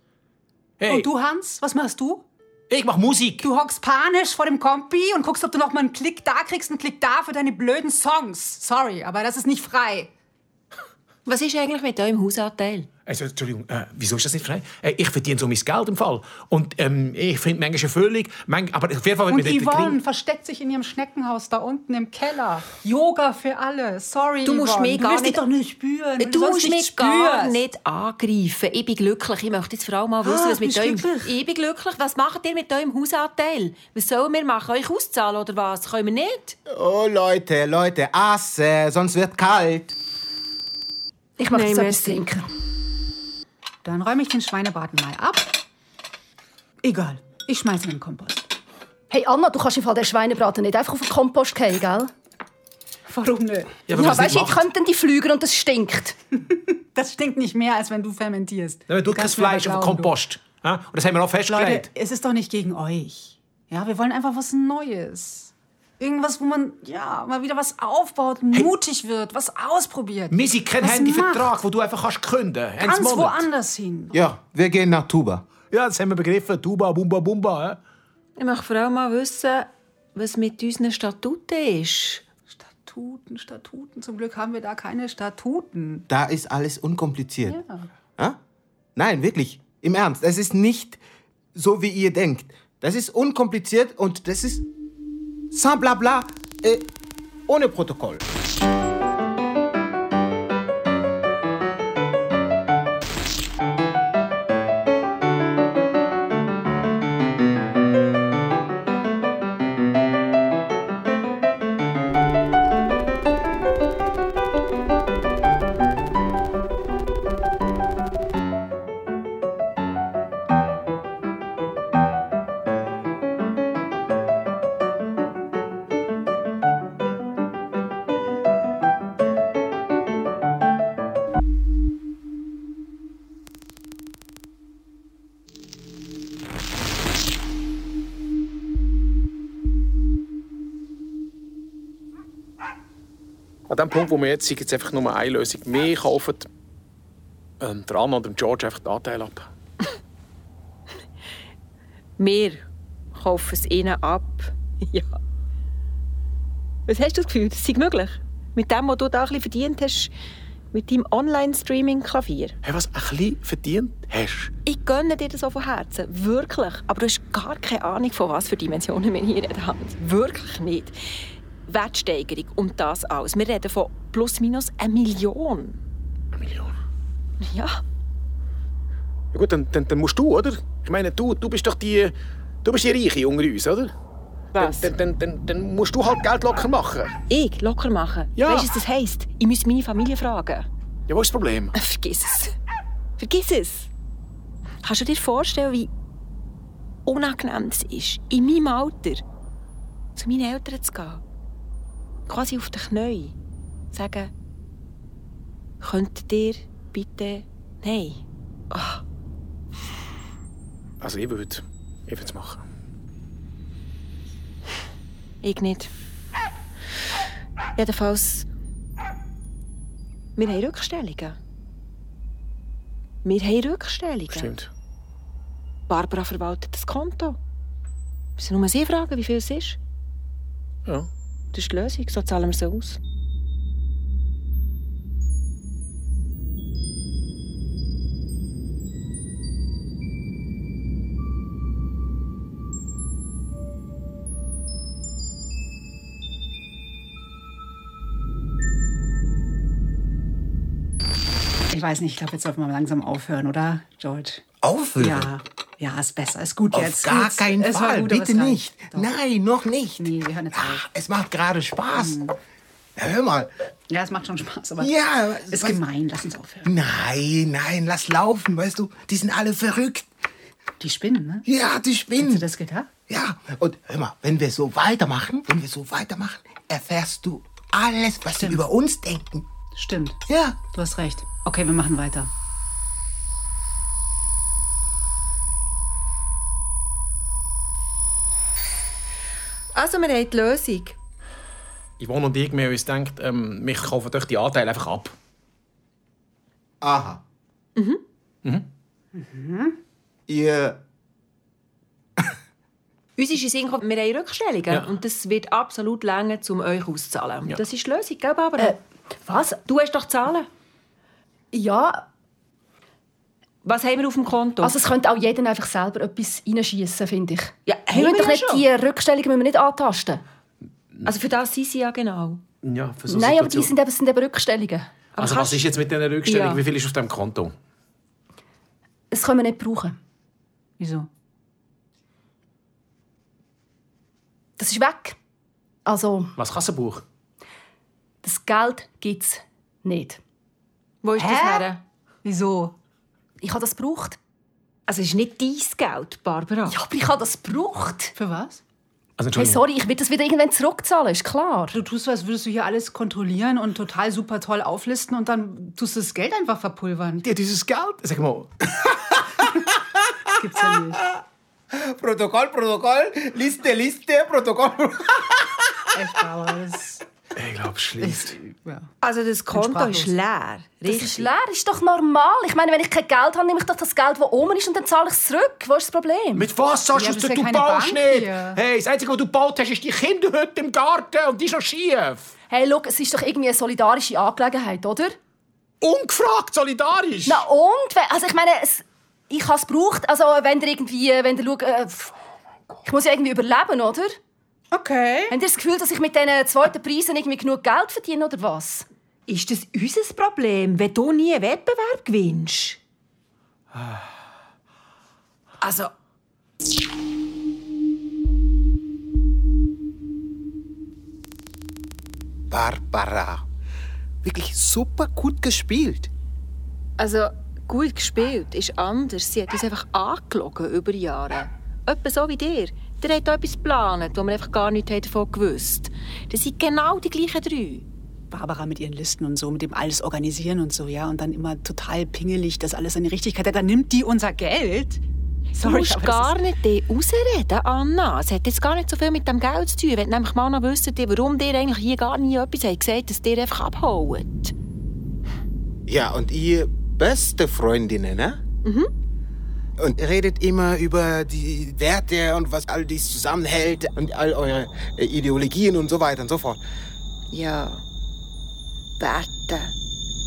S2: Hey,
S1: Und du, Hans, was machst du?
S2: ich mach Musik.
S1: Du hockst panisch vor dem Kompi und guckst, ob du noch mal einen Klick da kriegst, einen Klick da für deine blöden Songs. Sorry, aber das ist nicht frei.
S4: was ist eigentlich mit eurem Hausanteil?
S2: Also, Entschuldigung, äh, wieso ist das nicht frei? Äh, ich verdiene so mein Geld im Fall. Und ähm, ich finde manchmal Erfüllung, manch, aber auf jeden Fall... wenn
S1: Und
S2: wir dort
S1: Yvonne
S2: kriegen-
S1: versteckt sich in ihrem Schneckenhaus da unten im Keller. Yoga für alle. Sorry,
S4: Du musst
S1: Yvonne.
S4: mich
S1: du
S4: gar
S1: wirst
S4: nicht-
S1: dich doch nicht spüren. wenn
S4: Du
S1: sonst
S4: musst
S1: nichts
S4: mich gar
S1: spürst.
S4: nicht angreifen. Ich bin glücklich. Ich möchte jetzt vor allem mal wissen,
S1: Ah,
S4: was mit
S1: bist
S4: eurem...
S1: glücklich?
S4: Ich bin glücklich. Was macht ihr mit eurem Hausanteil? Was sollen wir machen? Euch auszahlen oder was? Können wir nicht?
S3: Oh, Leute, Leute, asse, sonst wird kalt.
S5: Ich möchte
S4: Nein,
S5: jetzt etwas
S4: merci.
S5: trinken.
S1: Dann räume ich den Schweinebraten mal ab. Egal, ich schmeiße in den Kompost.
S5: Hey Anna, du kannst im Fall den Schweinebraten nicht einfach auf den Kompost gehen, gell?
S1: Warum nicht?
S2: Ja, wenn
S5: Ja,
S2: man's nicht
S5: weißt du,
S2: macht.
S5: kommen dann die Flüger und es stinkt.
S1: Das stinkt nicht mehr, als wenn du fermentierst.
S2: Nein, Du kein
S1: kannst mir aber
S2: Fleisch auf den
S1: glauben, du.
S2: Kompost. Ja? Und das haben wir auch festgelegt.
S1: Leute, es ist doch nicht gegen euch. Ja, wir wollen einfach was Neues. Irgendwas, wo man ja mal wieder was aufbaut, mutig wird, was ausprobiert.
S2: Wir sind kein
S1: Was
S2: Handyvertrag, wo du einfach kannst künden kannst.
S1: Ganz
S2: Einen Monat.
S1: woanders hin.
S3: Ja, wir gehen nach Tuba.
S2: Ja, das haben wir begriffen. Tuba, Bumba, Bumba. Ja?
S4: Ich möchte vor allem mal wissen, was mit unseren Statuten ist.
S1: Statuten, Statuten. Zum Glück haben wir da keine Statuten.
S3: Da ist alles unkompliziert. Ja? Nein, wirklich, im Ernst. Es ist nicht so, wie ihr denkt. Das ist unkompliziert und das ist sans blabla, äh, ohne Protokoll.
S8: An dem Punkt, wo wir jetzt sind, gibt es einfach nur eine Lösung. Wir kaufen ähm, der Anna und dem George einfach den Anteil ab.
S4: Wir kaufen es ihnen ab. Ja. Was hast du das Gefühl, das sei möglich? Mit dem, was du da ein bisschen verdient hast, mit deinem Online-Streaming-Klavier.
S8: Hey, was ein bisschen verdient hast.
S4: Ich gönne dir das auch von Herzen, wirklich. Aber du hast gar keine Ahnung, von was für Dimensionen wir hier reden. Hans. Wirklich nicht. Wertsteigerung und das alles. Wir reden von plus minus eine Million.
S8: Eine Million.
S4: Ja,
S8: Ja gut, dann, dann, dann musst du, oder? Ich meine, du, du bist doch die... Du bist die Reiche unter uns, oder?
S4: was?
S8: Dann, dann, dann, dann musst du halt Geld locker machen.
S4: Ich locker machen.
S8: Ja.
S4: Weißt du, was das heisst? Ich muss meine Familie fragen.
S8: Ja, wo ist das Problem?
S4: Äh, Vergiss es. Vergiss es. Kannst du dir vorstellen, wie unangenehm es ist, in meinem Alter zu meinen Eltern zu gehen? Quasi auf die Knie. Sagen, könntet ihr bitte... Nein. Ah,
S2: Also ich würde ich würde es machen.
S4: ich nicht. Jedenfalls... Wir haben Rückstellungen. Wir haben Rückstellungen.
S2: Stimmt.
S4: Barbara verwaltet das Konto. Müssen nur sie fragen, wie viel es ist.
S2: Ja.
S4: Das ist die Lösung, so zahlen wir sie aus.
S6: Ich weiß nicht, ich glaube, jetzt sollten wir mal langsam aufhören, oder, George?
S3: Aufhören?
S6: Ja, ja, ist besser, ist gut
S3: Auf
S6: jetzt.
S3: gar
S6: Jetzt-
S3: keinen
S6: es war
S3: Fall.
S6: gut, aber
S3: Bitte
S6: es reicht.
S3: nicht.
S6: Doch.
S3: Nein, noch nicht.
S6: Nee, wir hören jetzt
S3: Ah,
S6: auf.
S3: es macht gerade Spaß.
S6: Mhm.
S3: Ja, hör mal.
S6: Ja, es macht schon Spaß, aber
S3: Ja,
S6: ist
S3: was-
S6: gemein, lass uns aufhören.
S3: Nein, nein, lass laufen, weißt du, die sind alle verrückt.
S6: Die Spinnen, ne?
S3: Ja, die
S6: Hast du
S3: spinnen.
S6: das gedacht?
S3: Ja, und hör mal, wenn wir so weitermachen, wenn wir so weitermachen, erfährst du alles, was sie über uns denken.
S6: Stimmt,
S3: Ja,
S6: du hast recht. Okay, wir machen weiter.
S4: Also, wir haben die Lösung.
S2: Yvonne und ich, wir haben uns gedacht, ähm, wir kaufen euch die Anteile einfach ab.
S3: Aha. Mhm. Mhm. Ihr.
S4: Uns ist in Sinn gekommen, wir haben Rückstellungen.
S2: Ja.
S4: Und das wird absolut länger, um euch auszuzahlen.
S2: Ja.
S4: Das ist die Lösung, gell, Barbara?
S5: Äh, was?
S4: Du hast doch Zahlen.
S5: Ja,
S4: Was haben wir auf dem Konto?
S5: also es könnte auch jeder einfach selber etwas reinschiessen, finde ich.
S4: Ja, haben
S5: wir
S4: wir
S5: müssen doch
S4: ja
S5: nicht
S4: schon.
S5: die Rückstellung müssen wir nicht antasten.
S4: also für das sind sie ja genau.
S2: Ja, für so
S5: Nein, aber die sind eben, sind eben Rückstellungen.
S4: Aber
S2: also
S4: kannst-
S2: was ist jetzt mit dieser Rückstellung?
S4: Ja.
S2: Wie viel ist auf dem Konto?
S5: Das können wir nicht brauchen.
S6: Wieso?
S5: Das ist weg. Also,
S2: Was Kassenbuch?
S5: das Geld gibt es nicht.
S4: Wo ist das
S6: Hä?
S4: her?
S6: Wieso?
S5: Ich habe das gebraucht.
S4: Also es ist nicht dein Geld, Barbara.
S5: Ja, aber ich habe das gebraucht.
S6: Für was?
S2: Also
S5: Hey,
S2: Entschuldigung.
S5: sorry, ich werde das wieder irgendwann zurückzahlen, ist klar.
S6: Du tust so, als würdest du hier alles kontrollieren und total super toll auflisten und dann tust du das Geld einfach verpulvern.
S7: Die hat dieses Geld.
S2: Sag mal,
S6: Das gibt's ja nicht.
S3: Protokoll, Protokoll, Liste, Liste, Protokoll.
S6: Echt, aber das
S2: ich glaube, schlicht.
S6: ja.
S4: Also das Konto
S6: sprachlos.
S4: ist leer.
S5: Das
S4: Richtig.
S5: ist leer, ist doch normal. Ich meine, wenn ich kein Geld habe, nehme ich doch das Geld, das oben ist, und dann zahle ich es zurück. Wo ist das Problem?
S7: Mit was sagst
S6: Ja,
S7: du
S6: aber es ist
S7: es? Du
S6: ja keine Bank
S7: baust nicht.
S6: hier.
S7: Hey, das Einzige, was du gebaut hast, ist die Kinderhütte im Garten und die ist noch schief.
S5: Hey, schau, es ist doch irgendwie eine solidarische Angelegenheit, oder?
S7: Ungefragt, solidarisch.
S5: Na und? We- Also ich meine, es, ich habe es gebraucht. Also wenn ihr irgendwie, wenn ihr schaut, äh, pff, ich muss ja irgendwie überleben, oder?
S6: Okay.
S5: Habt ihr das Gefühl, dass ich mit diesen zweiten Preisen irgendwie genug Geld verdiene, oder was?
S4: Ist das unser Problem, wenn du nie einen Wettbewerb gewinnst?
S2: Ah.
S4: Also,
S3: Barbara. Wirklich super gut gespielt.
S4: also gut gespielt ist anders. Sie hat uns einfach angelogen über Jahre. Etwa so wie dir. Der hat etwas geplant, wo wir einfach gar nichts haben davon gewusst Das sind genau die gleichen drei.
S6: Barbara mit ihren Listen und so, mit dem alles organisieren und so, ja, und dann immer total pingelig, dass alles seine Richtigkeit hat. Dann nimmt die unser Geld.
S4: Du musst
S6: aber das
S4: gar nicht dich ausreden, Anna. Es hat jetzt gar nicht so viel mit dem Geld zu tun. Wenn nämlich mal noch wissen, warum dir eigentlich hier gar nie etwas hat gesagt dass dir einfach abhaut.
S3: Ja, und ihr beste Freundinnen, ne? Mhm. Und redet immer über die Werte und was all dies zusammenhält und all eure äh, Ideologien und so weiter und so fort.
S4: Ja. Werte.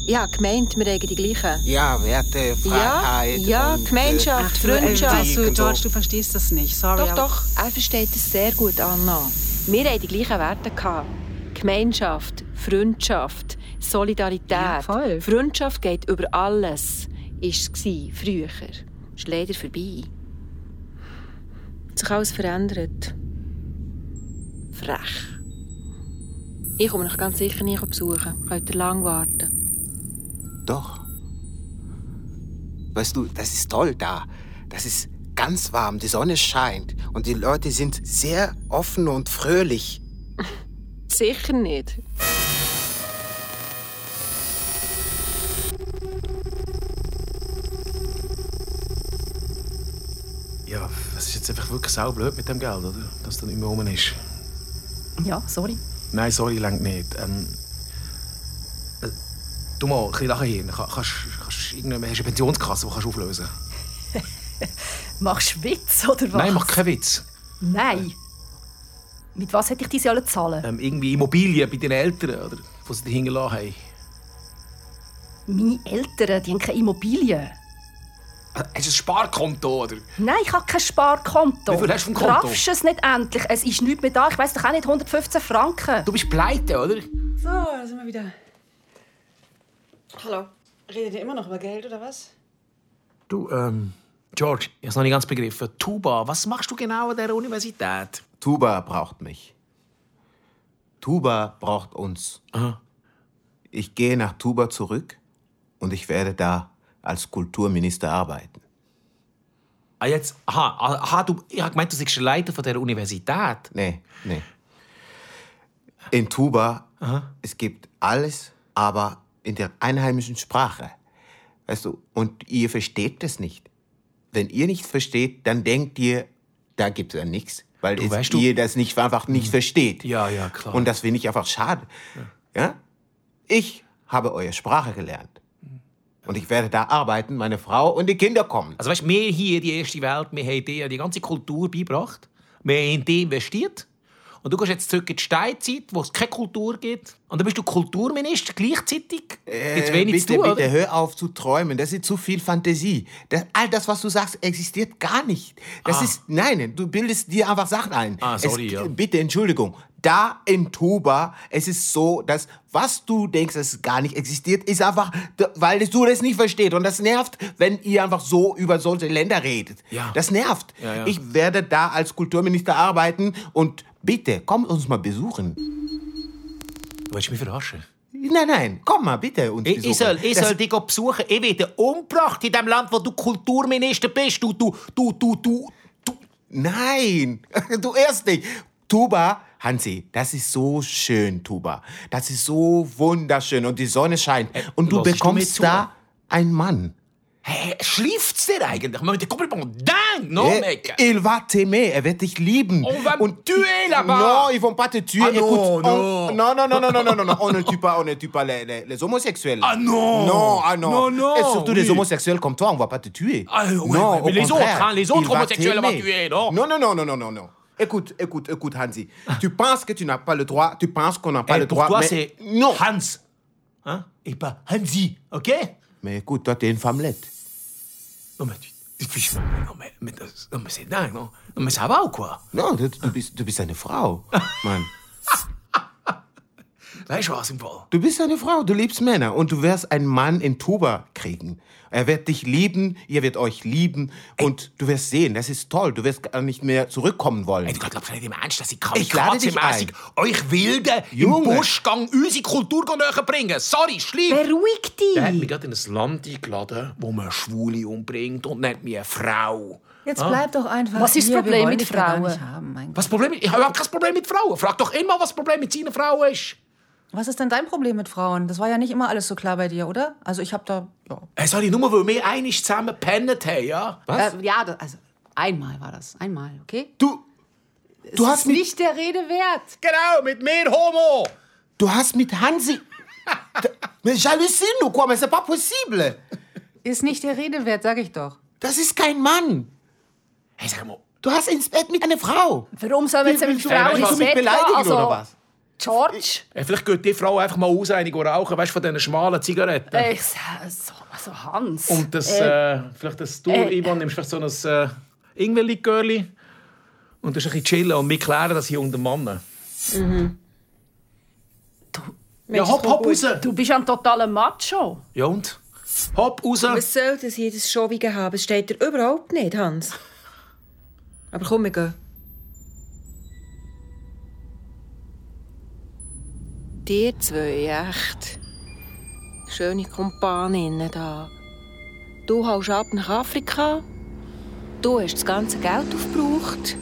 S4: Ja, gemeint, wir haben die gleichen.
S3: Ja, Werte, Freiheit.
S4: ja,
S3: und,
S4: Gemeinschaft.
S6: Ach, du, äh,
S4: Freundschaft.
S6: weißt du,
S3: und so.
S6: George, du verstehst das nicht. Sorry.
S4: Doch,
S6: aber-
S4: doch, er versteht es sehr gut, Anna. Wir hatten die gleichen Werte. gehabt. Gemeinschaft, Freundschaft, Solidarität.
S6: Ja, voll.
S4: Freundschaft geht über alles. Ist es gsi, früher. Ist leider vorbei. Hat sich alles verändert. Frech. Ich komme noch ganz sicher nicht besuchen. Könnt ihr lang warten.
S3: Doch. Weißt du, das ist toll da. Das ist ganz warm, die Sonne scheint und die Leute sind sehr offen und fröhlich.
S4: Sicher nicht.
S7: Ja, das ist jetzt einfach wirklich saublöd mit dem Geld, oder? Dass dann immer rum ist.
S5: Ja, sorry.
S7: Nein, sorry, lang nicht. Ähm, äh, du mal, ein bisschen nachher. Kann, kannst, kannst irgendeine, hast du eine Pensionskasse, die kannst du auflösen
S5: Machst du Witz oder was?
S7: Nein, mach keinen Witz.
S5: Nein. Mit was hätte ich diese alle zahlen?
S7: Ähm, irgendwie Immobilien bei deinen Eltern, oder? Wo sie dich hingelassen haben. Äh,
S5: Meine Eltern, die haben keine Immobilien.
S7: Hast du ein Sparkonto, oder?
S5: Nein, ich habe kein Sparkonto.
S7: Wie viel hast du vom Konto?
S5: Raffst du es nicht endlich? Es ist nichts mehr da. Ich weiss doch auch nicht, 115 Franken.
S7: Du bist pleite, oder?
S6: So, da sind wir wieder. Hallo. Redet ihr immer noch über Geld oder was?
S7: Du, ähm... George, ich hab's noch nicht ganz begriffen. Tuba, was machst du genau an dieser Universität?
S3: Tuba braucht mich. Tuba braucht uns.
S7: Aha.
S3: Ich gehe nach Tuba zurück und ich werde da als Kulturminister arbeiten.
S7: Ah, jetzt, aha, aha du, ich hab gemeint, du bist Leiter von dieser Universität.
S3: Nee, nee. In Tuba, es gibt alles, aber in der einheimischen Sprache. Weißt du, und ihr versteht es nicht. Wenn ihr nicht versteht, dann denkt ihr, da gibt es ja nichts, weil es,
S7: weißt du- Hm.
S3: ihr das nicht einfach nicht versteht.
S7: Ja, ja, klar.
S3: Und das finde ich einfach schade. Ja. Ich habe eure Sprache gelernt. Und ich werde da arbeiten, meine Frau und die Kinder kommen.
S7: Also weißt, wir hier, die erste Welt, wir haben dir die ganze Kultur beigebracht. Wir haben in dich investiert. Und du gehst jetzt zurück in die Steinzeit, wo es keine Kultur gibt. Und dann bist du Kulturminister gleichzeitig. jetzt wenig
S3: Äh, bitte,
S7: zu tun,
S3: bitte
S7: oder?
S3: hör auf zu träumen. Das ist zu viel Fantasie. Das, all das, was du sagst, existiert gar nicht. Das ist nein, du bildest dir einfach Sachen ein.
S7: Ah, sorry,
S3: es,
S7: ja.
S3: Bitte Entschuldigung. Da in Tuba, es ist so, dass was du denkst, es gar nicht existiert, ist einfach, d- weil du das nicht verstehst. Und das nervt, wenn ihr einfach so über solche Länder redet.
S7: Ja.
S3: Das nervt.
S7: Ja, ja.
S3: Ich werde da als Kulturminister arbeiten und bitte, kommt uns mal besuchen.
S7: Willst du mich verarschen?
S3: Nein, nein, komm mal bitte uns
S7: Ich,
S3: besuchen.
S7: ich, soll, ich
S3: Das-
S7: soll dich besuchen. Ich werde umgebracht in dem Land, wo du Kulturminister bist. Du, du, du, du, du. du.
S3: Nein, du erst nicht. Tuba, Hansi, das ist so schön, Tuba. Das ist so wunderschön und die Sonne scheint. Und du
S7: Äh, lass ich
S3: bekommst
S7: mir zu?
S3: da einen Mann.
S7: Hey, schläft's dir eigentlich? Man mit der Kompliment. Dang, no,
S3: Eh,
S7: mec.
S3: Il va t'aimer, er wird dich lieben.
S7: On va me tuer là-bas.
S3: Non, ils vont pas te tuer.
S7: Ah non,
S3: Écoute, on-
S7: non.
S3: non, non, non, non, non, non, non, non, on ne tue pas, on ne tue pas les, les- les homosexuels.
S7: Ah non.
S3: Non, ah non.
S7: Non, non,
S3: Et surtout les
S7: oui.
S3: homosexuels comme toi, on va pas te tuer.
S7: Ah oui,
S3: non,
S7: mais
S3: au
S7: les
S3: contraire,
S7: autres, hein, les autres
S3: il va
S7: homosexuels, on va
S3: t'aimer.
S7: tuer, non
S3: Non, non, non, non, non, non, non. Écoute, écoute, écoute, Hansi. Tu penses que tu n'as pas le droit, tu penses qu'on n'a pas
S7: Eh,
S3: le
S7: pour
S3: droit,
S7: toi,
S3: mais...
S7: c'est
S3: Non.
S7: Hans. Hein? Et pas Hansi, OK?
S3: Mais écoute, toi, t'es une femmelette.
S7: Non, mais tu. tu fiches- Non, mais, mais, oh, das- non, mais c'est dingue, non? Non, mais ça va ou quoi?
S3: Non, du, du bist, du bist eine Frau, Mann.
S7: Weißt du was im Fall?
S3: Du bist eine Frau, du liebst Männer und du wirst einen Mann in Tuba kriegen. Er wird dich lieben, ihr wird euch lieben und du wirst sehen, das ist toll, du wirst gar nicht mehr zurückkommen wollen.
S7: Ey, du glaubst nicht im Ernst, dass ich
S3: Ich lade dich
S7: kamikaze-mässig euch Wilden im
S3: Junge.
S7: Buschgang unsere Kultur näher bringen? Sorry, schlimm!
S4: Beruhig
S7: Der hat
S4: dich.
S7: mich gerade in ein Land eingeladen, wo man Schwule umbringt und nennt mich eine Frau.
S6: Jetzt bleib doch einfach
S5: Was ist das
S6: hier. Wir
S5: Problem
S6: wollen
S5: mit
S6: dich da gar
S5: Frauen?
S6: nicht haben, mein Gott.
S7: Was Problem? Ich habe kein Problem mit Frauen. Frag doch immer, was das Problem mit seiner Frau ist.
S6: Was ist denn dein Problem mit Frauen? Das war ja nicht immer alles so klar bei dir, oder? Also ich habe da... Ja,
S7: Hey, sorry, nur weil wir einig zusammen pennt haben, ja?
S1: Äh, ja, das, also einmal war das. Einmal, okay?
S3: Du, du hast mit,
S1: Nicht der Rede wert.
S7: Genau, mit mir Homo.
S3: du hast mit Hansi... Da- Mais j'hallucine ou quoi, mais c'est pas possible.
S6: Ist nicht der Rede wert, sag ich doch.
S3: Das ist kein Mann.
S7: Hey, sag mal,
S3: Du hast ins Bett mit einer Frau.
S5: Warum sollen wir jetzt mit
S3: Willst du- willst
S5: Frauen
S3: du
S5: ins
S3: mich
S5: Bett gehen?
S3: beleidigen
S5: Also,
S3: oder was?
S5: George?
S7: hey, vielleicht geht die Frau einfach mal aus, einige rauchen, weißt du, von diesen schmalen Zigaretten.
S5: Äh, ich sag- so, also Hans.
S7: Und das, äh, vielleicht das du, Ivan, nimmst vielleicht so ein äh, Ingwerlikörli und das ist ein bisschen chillen und wir klären das hier unter dem Mann. Mhm. Ja, hopp, hopp, raus.
S5: Du bist ein totaler Macho.
S7: Ja und? Hopp, raus.
S4: Was soll das hier, das Schowige haben? Das steht dir überhaupt nicht, Hans. Aber komm, wir gehen. Dir zwei, echt. Schöne Kompaninnen da. Du haust ab nach Afrika. Du hast das ganze Geld aufgebraucht.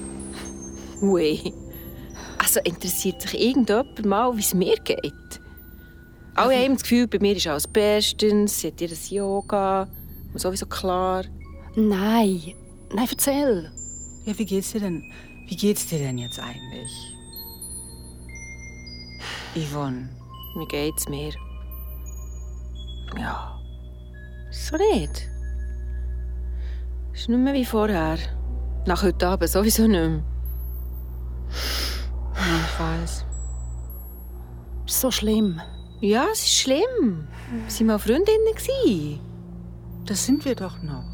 S4: Ui. Also interessiert sich irgendjemand mal, wie es mir geht? Alle haben das Gefühl, bei mir ist alles bestens, seht ihr das Yoga, sowieso klar.
S5: Nein. Nein, erzähl.
S1: Ja, wie geht's dir denn? Wie geht's dir denn jetzt eigentlich? Yvonne.
S4: Mir geht's mir. Ja. So nicht. Ist nicht mehr wie vorher. Nach heute Abend sowieso nicht mehr. Ja, ich weiß.
S5: Ist so schlimm.
S4: Ja, es ist schlimm. Sie waren mal Freundinnen. gewesen.
S1: Das sind wir doch noch.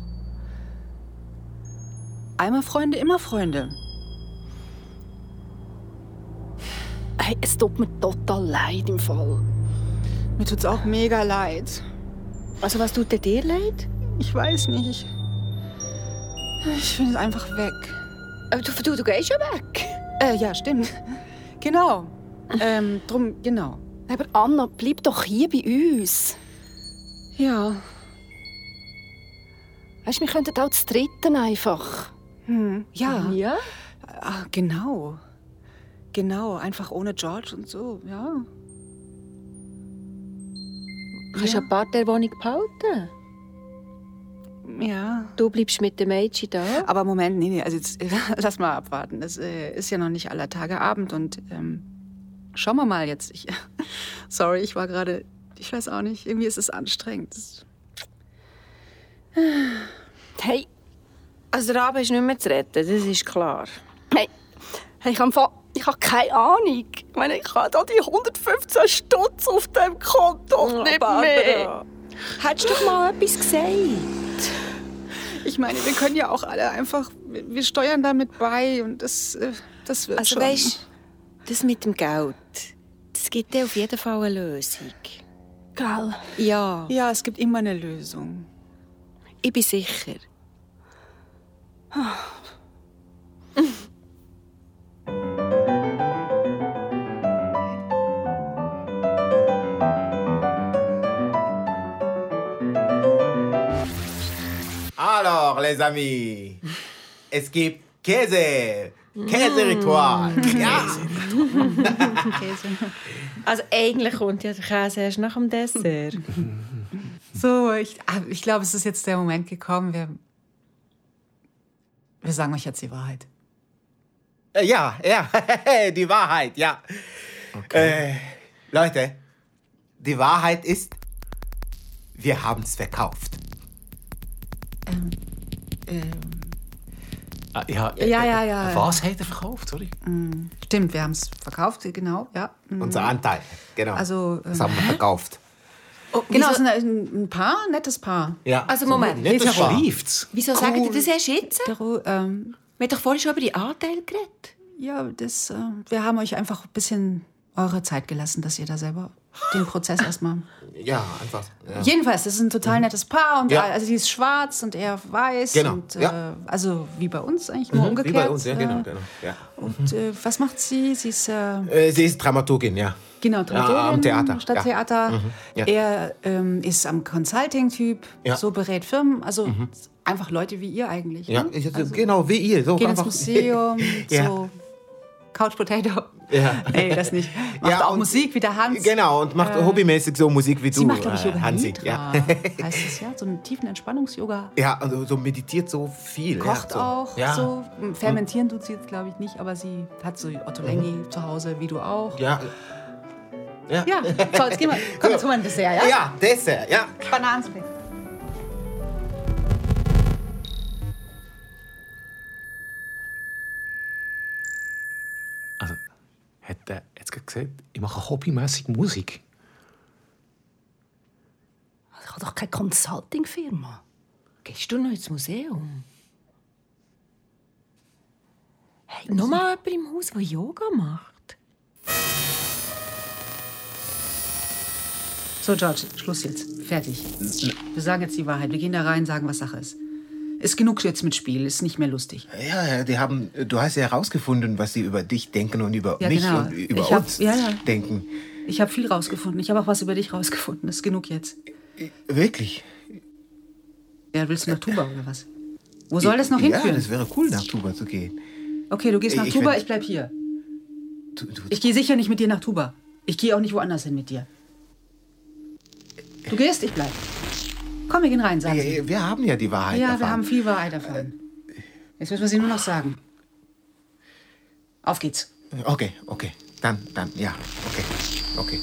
S1: Einmal Freunde, immer Freunde.
S5: Hey, es tut mir total leid im Fall.
S1: Mir tut's auch mega leid.
S4: Also, was tut denn dir leid?
S1: Ich weiß nicht. Ich, ich bin jetzt einfach weg.
S4: Aber du, du, du gehst ja weg.
S1: Äh, ja, stimmt. Genau. Ähm, drum, genau.
S5: Aber Anna, bleib doch hier bei uns.
S4: Ja.
S5: Weißt, wir könnten auch zu dritten einfach.
S1: Ja,
S4: Ja?
S1: ah, genau. Genau, einfach ohne George und so, ja.
S4: Kannst ja. ein paar der Wohnung behalten.
S1: Ja.
S4: Du bleibst mit dem Mädchen da.
S1: Aber Moment, nee, nee, also jetzt lass mal abwarten. Es äh, ist ja noch nicht aller Tage Abend und ähm, schauen wir mal jetzt. Ich, sorry, ich war gerade, ich weiß auch nicht, irgendwie ist es anstrengend. Das-
S5: Hey,
S4: Also, der Abend ist nicht mehr zu retten, das ist klar.
S5: hey, hey ich habe ich hab keine Ahnung. Ich meine, ich habe da die 115 Stutz auf dem
S4: Oh,
S5: Konto. nicht mehr.
S4: Hättest du doch mal etwas gesagt?
S1: Ich meine, wir können ja auch alle einfach, wir wir steuern damit bei und das, äh, das wird
S4: Also
S1: schon.
S4: weißt das mit dem Geld, das gibt dir auf jeden Fall eine Lösung.
S5: Gell?
S4: Ja,
S1: ja, es gibt immer eine Lösung.
S4: ich bin sicher.
S3: Alors, les amis, es gibt Käse. Käseritual.
S5: Mhm.
S3: Ja.
S4: Also eigentlich kommt ja der Käse erst nach dem Dessert.
S6: So, ich, ah, ich glaube, es ist jetzt der Moment gekommen. Wir, wir sagen euch jetzt die Wahrheit.
S3: Äh, Ja, ja, die Wahrheit, ja. Äh, Leute, die Wahrheit ist, wir haben's verkauft.
S7: Ah, ja,
S1: Ja, ja, ja, ja.
S7: Was hat er verkauft? Sorry.
S6: Stimmt, wir haben es verkauft, genau, ja.
S3: Unser Anteil, genau.
S6: Also,
S3: das haben wir verkauft.
S6: Genau, es ist ein, ein Paar, ein nettes Paar.
S3: Ja.
S4: Also Moment,
S3: Nicht
S7: Das
S3: das Schaf.
S7: schleift's.
S4: wieso sagt ihr das erst jetzt?
S6: Der Ru- ähm,
S4: Wir haben doch vorhin schon über die Anteile geredet.
S6: Ja, das, äh, wir haben euch einfach ein bisschen eure Zeit gelassen, dass ihr da selber den Prozess erstmal.
S3: Ah. Ja, einfach. Ja.
S6: Jedenfalls, das ist ein total nettes Paar und
S3: Ja.
S6: äh, also sie ist schwarz und er weiß
S3: Genau,
S6: und äh,
S3: ja.
S6: also wie bei uns eigentlich nur umgekehrt.
S3: Wie bei uns, ja, genau. genau ja.
S6: Äh, und äh, was macht sie? Sie ist äh,
S3: Äh, sie ist Dramaturgin, ja.
S6: genau Dramaturgin,
S3: am Theater, Mhm.
S6: Stadttheater.
S3: ja.
S6: Er ähm, ist am Consulting-Typ,
S3: Ja. Mhm.
S6: so berät Firmen, also einfach Leute wie ihr eigentlich.
S3: Ja,
S6: ne?
S3: ich, also, genau wie ihr. So
S6: Geht
S3: einfach.
S6: ins Museum,
S3: Ja.
S6: so Couch Potato.
S3: Ja.
S6: Nee, das nicht. Macht
S3: Ja,
S6: auch
S3: und-
S6: Musik wie der Hans.
S3: Genau, und macht hobbymäßig so Musik wie du,
S6: Äh, Sie macht, glaube ich,
S3: äh,
S6: Yoga
S3: Hansi.
S6: Nidra,
S3: Ja,
S6: heißt es ja. So einen tiefen Entspannungs-Yoga.
S3: ja also, so meditiert so viel.
S6: Kocht
S3: ja, so.
S6: auch,
S3: Ja.
S6: so. hm, Fermentieren tut sie jetzt, glaube ich, nicht, aber sie hat so Ottolenghi zu Hause, wie du auch.
S3: Mhm. Ja.
S6: Ja, so, jetzt gehen wir. Komm, jetzt holen wir ein Dessert, ja?
S3: Ja, Dessert, ja.
S6: Bananensplit.
S7: Also, hat er jetzt gerade gesagt, ich mache hobbymäßig Musik.
S5: Ich habe doch keine Consulting-Firma.
S4: Gehst du noch ins Museum? Hey, noch mal jemand im Haus, der Yoga macht?
S6: So, George, Schluss jetzt. Fertig. Wir sagen jetzt die Wahrheit. Wir gehen da rein, sagen, was Sache ist. Ist genug jetzt mit Spiel, ist nicht mehr lustig.
S3: Ja, ja, die haben, du hast ja herausgefunden, was sie über dich denken und über
S6: Ja,
S3: mich
S6: genau.
S3: und über
S6: Ich hab-
S3: uns
S6: ja, ja.
S3: denken.
S6: Ich habe viel rausgefunden. Ich habe auch was über dich rausgefunden. Ist genug jetzt.
S3: Wirklich?
S6: Ja, willst du nach Tuba oder was? Wo soll das noch
S3: ja,
S6: hinführen?
S3: das wäre cool, nach Tuba zu gehen.
S6: okay, du gehst nach
S3: Ich
S6: Tuba,
S3: werd-
S6: ich bleib hier.
S3: Du, du,
S6: Ich gehe sicher nicht mit dir nach Tuba. Ich gehe auch nicht woanders hin mit dir. Du gehst, ich bleib. Komm, wir gehen rein, sag sie.
S3: wir haben ja die Wahrheit
S6: Ja,
S3: erfahren.
S6: wir haben viel Wahrheit erfahren. Jetzt müssen wir sie nur noch sagen. Auf geht's.
S3: Okay, okay. Dann, dann, ja. Okay, okay.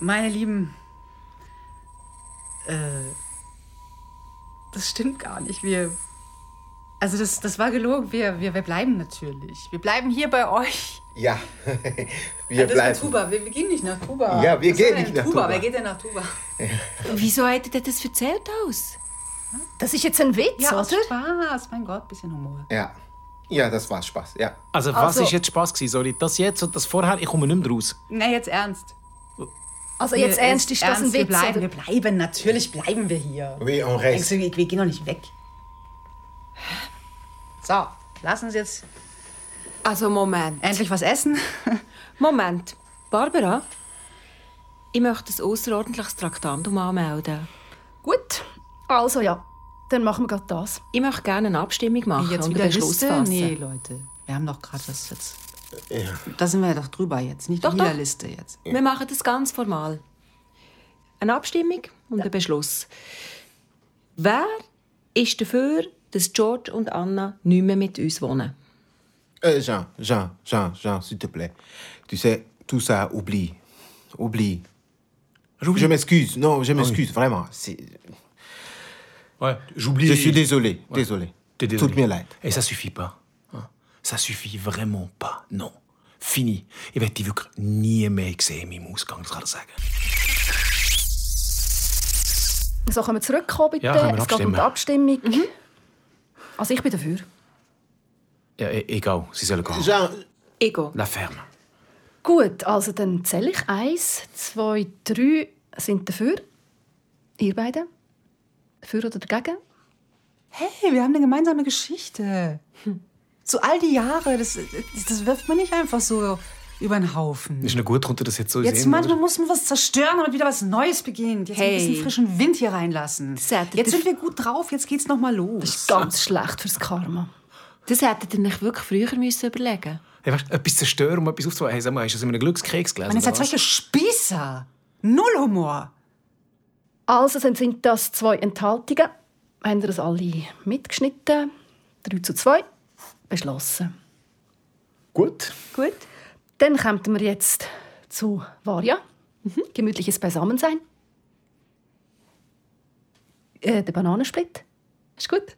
S6: Meine Lieben, äh, das stimmt gar nicht. Wir, also das, das war gelogen. Wir, wir, wir bleiben natürlich. Wir bleiben hier bei euch.
S3: Ja, wir
S6: das war Tuba. Wir, wir gehen nicht nach Tuba.
S3: Ja, wir
S6: Was soll
S3: gehen
S6: denn
S3: nicht nach
S6: Tuba.
S3: Tuba.
S6: Wer geht denn nach Tuba?
S4: Wieso hat er dir das erzählt aus?
S5: Das ist jetzt ein Witz,
S6: Ja, aus
S5: oder?
S6: Spaß. Mein Gott, bisschen Humor.
S3: Ja. ja, das war Spaß, ja.
S7: Also, was war jetzt Spaß? Gewesen? Sorry, das jetzt und das vorher, ich komme nicht mehr raus.
S6: Na, jetzt ernst.
S5: Also jetzt
S6: Wir-
S5: ernst, ist das ein
S6: ernst, Wir
S5: Witz?
S6: bleiben,
S5: oder?
S6: wir bleiben. Natürlich bleiben wir hier.
S3: Oui, on
S6: Denkst du, wir, wir gehen doch nicht weg. So, lass uns jetzt
S4: Also Moment.
S6: endlich was essen.
S4: Moment. Barbara, ich möchte ein außerordentliches Traktandum anmelden.
S5: Gut. Also ja, dann machen wir gerade das.
S4: Ich möchte gerne eine Abstimmung machen und einen Beschluss
S6: Liste?
S4: fassen.
S6: Nee, Leute. Wir haben doch gerade was jetzt.
S3: Ja.
S6: Da sind wir ja doch drüber jetzt. Nicht
S4: Doch,
S6: wieder
S4: doch.
S6: Liste jetzt.
S4: Wir machen das ganz formal. Eine Abstimmung und einen Beschluss. Wer ist dafür, dass George und Anna nicht mehr mit uns wohnen?
S3: Euh, Jean, Jean, Jean, Jean, s'il te plaît. Tu sais, tout ça, oublie. Oublie. Je m'excuse, non,
S7: Ah
S3: je m'excuse, vraiment. c'est-
S7: Ouais, j'oublie.
S3: Je suis désolé, désolé.
S7: T'es désolé.
S3: Tut mir leid.
S7: Et ça suffit pas. hein. Ça suffit vraiment pas. Non. Fini. Eh Ich werde dich wirklich nie mehr sehen im Ausgang, das kann ich sagen.
S5: So können wir zurückkommen, bitte.
S7: Ja, können wir
S5: es geht um die Abstimmung.
S6: Mhm.
S5: Also ich bin dafür.
S7: Ja, e- egal, sie sollen gehen.
S3: Jean,
S4: Ego.
S7: La ferme.
S5: Gut, also dann zähle ich. Eins, zwei, drei sind dafür. Ihr beiden? Für oder dagegen?
S6: Hey, wir haben eine gemeinsame Geschichte. So all die Jahre, das, das wirft man nicht einfach so über den Haufen.
S7: Ist noch gut, konnte das jetzt so
S6: Jetzt
S7: sehen.
S6: manchmal muss man was zerstören, damit wieder was Neues beginnt. Jetzt ein
S4: Hey.
S6: bisschen frischen Wind hier reinlassen.
S4: hätte-
S6: Jetzt sind wir gut drauf, jetzt geht's noch mal los.
S5: Ganz schlecht fürs Karma.
S4: Das hättet ihr euch wirklich früher müssen überlegen
S7: Hey, Eh, weißt, etwas zerstören, um etwas aufzubauen. Hey, sag mal, hast du das in einem Glückskeks gelesen?
S6: Man ist halt
S7: oder
S6: solche Spießer. Null Humor.
S5: Also dann sind das zwei Enthaltungen. Haben wir das alle mitgeschnitten? 3 zu 2. Beschlossen.
S7: Gut.
S4: Gut.
S5: Dann kommen wir jetzt zu Varia. Gemütliches Beisammensein. Äh, der Bananensplit. Ist gut?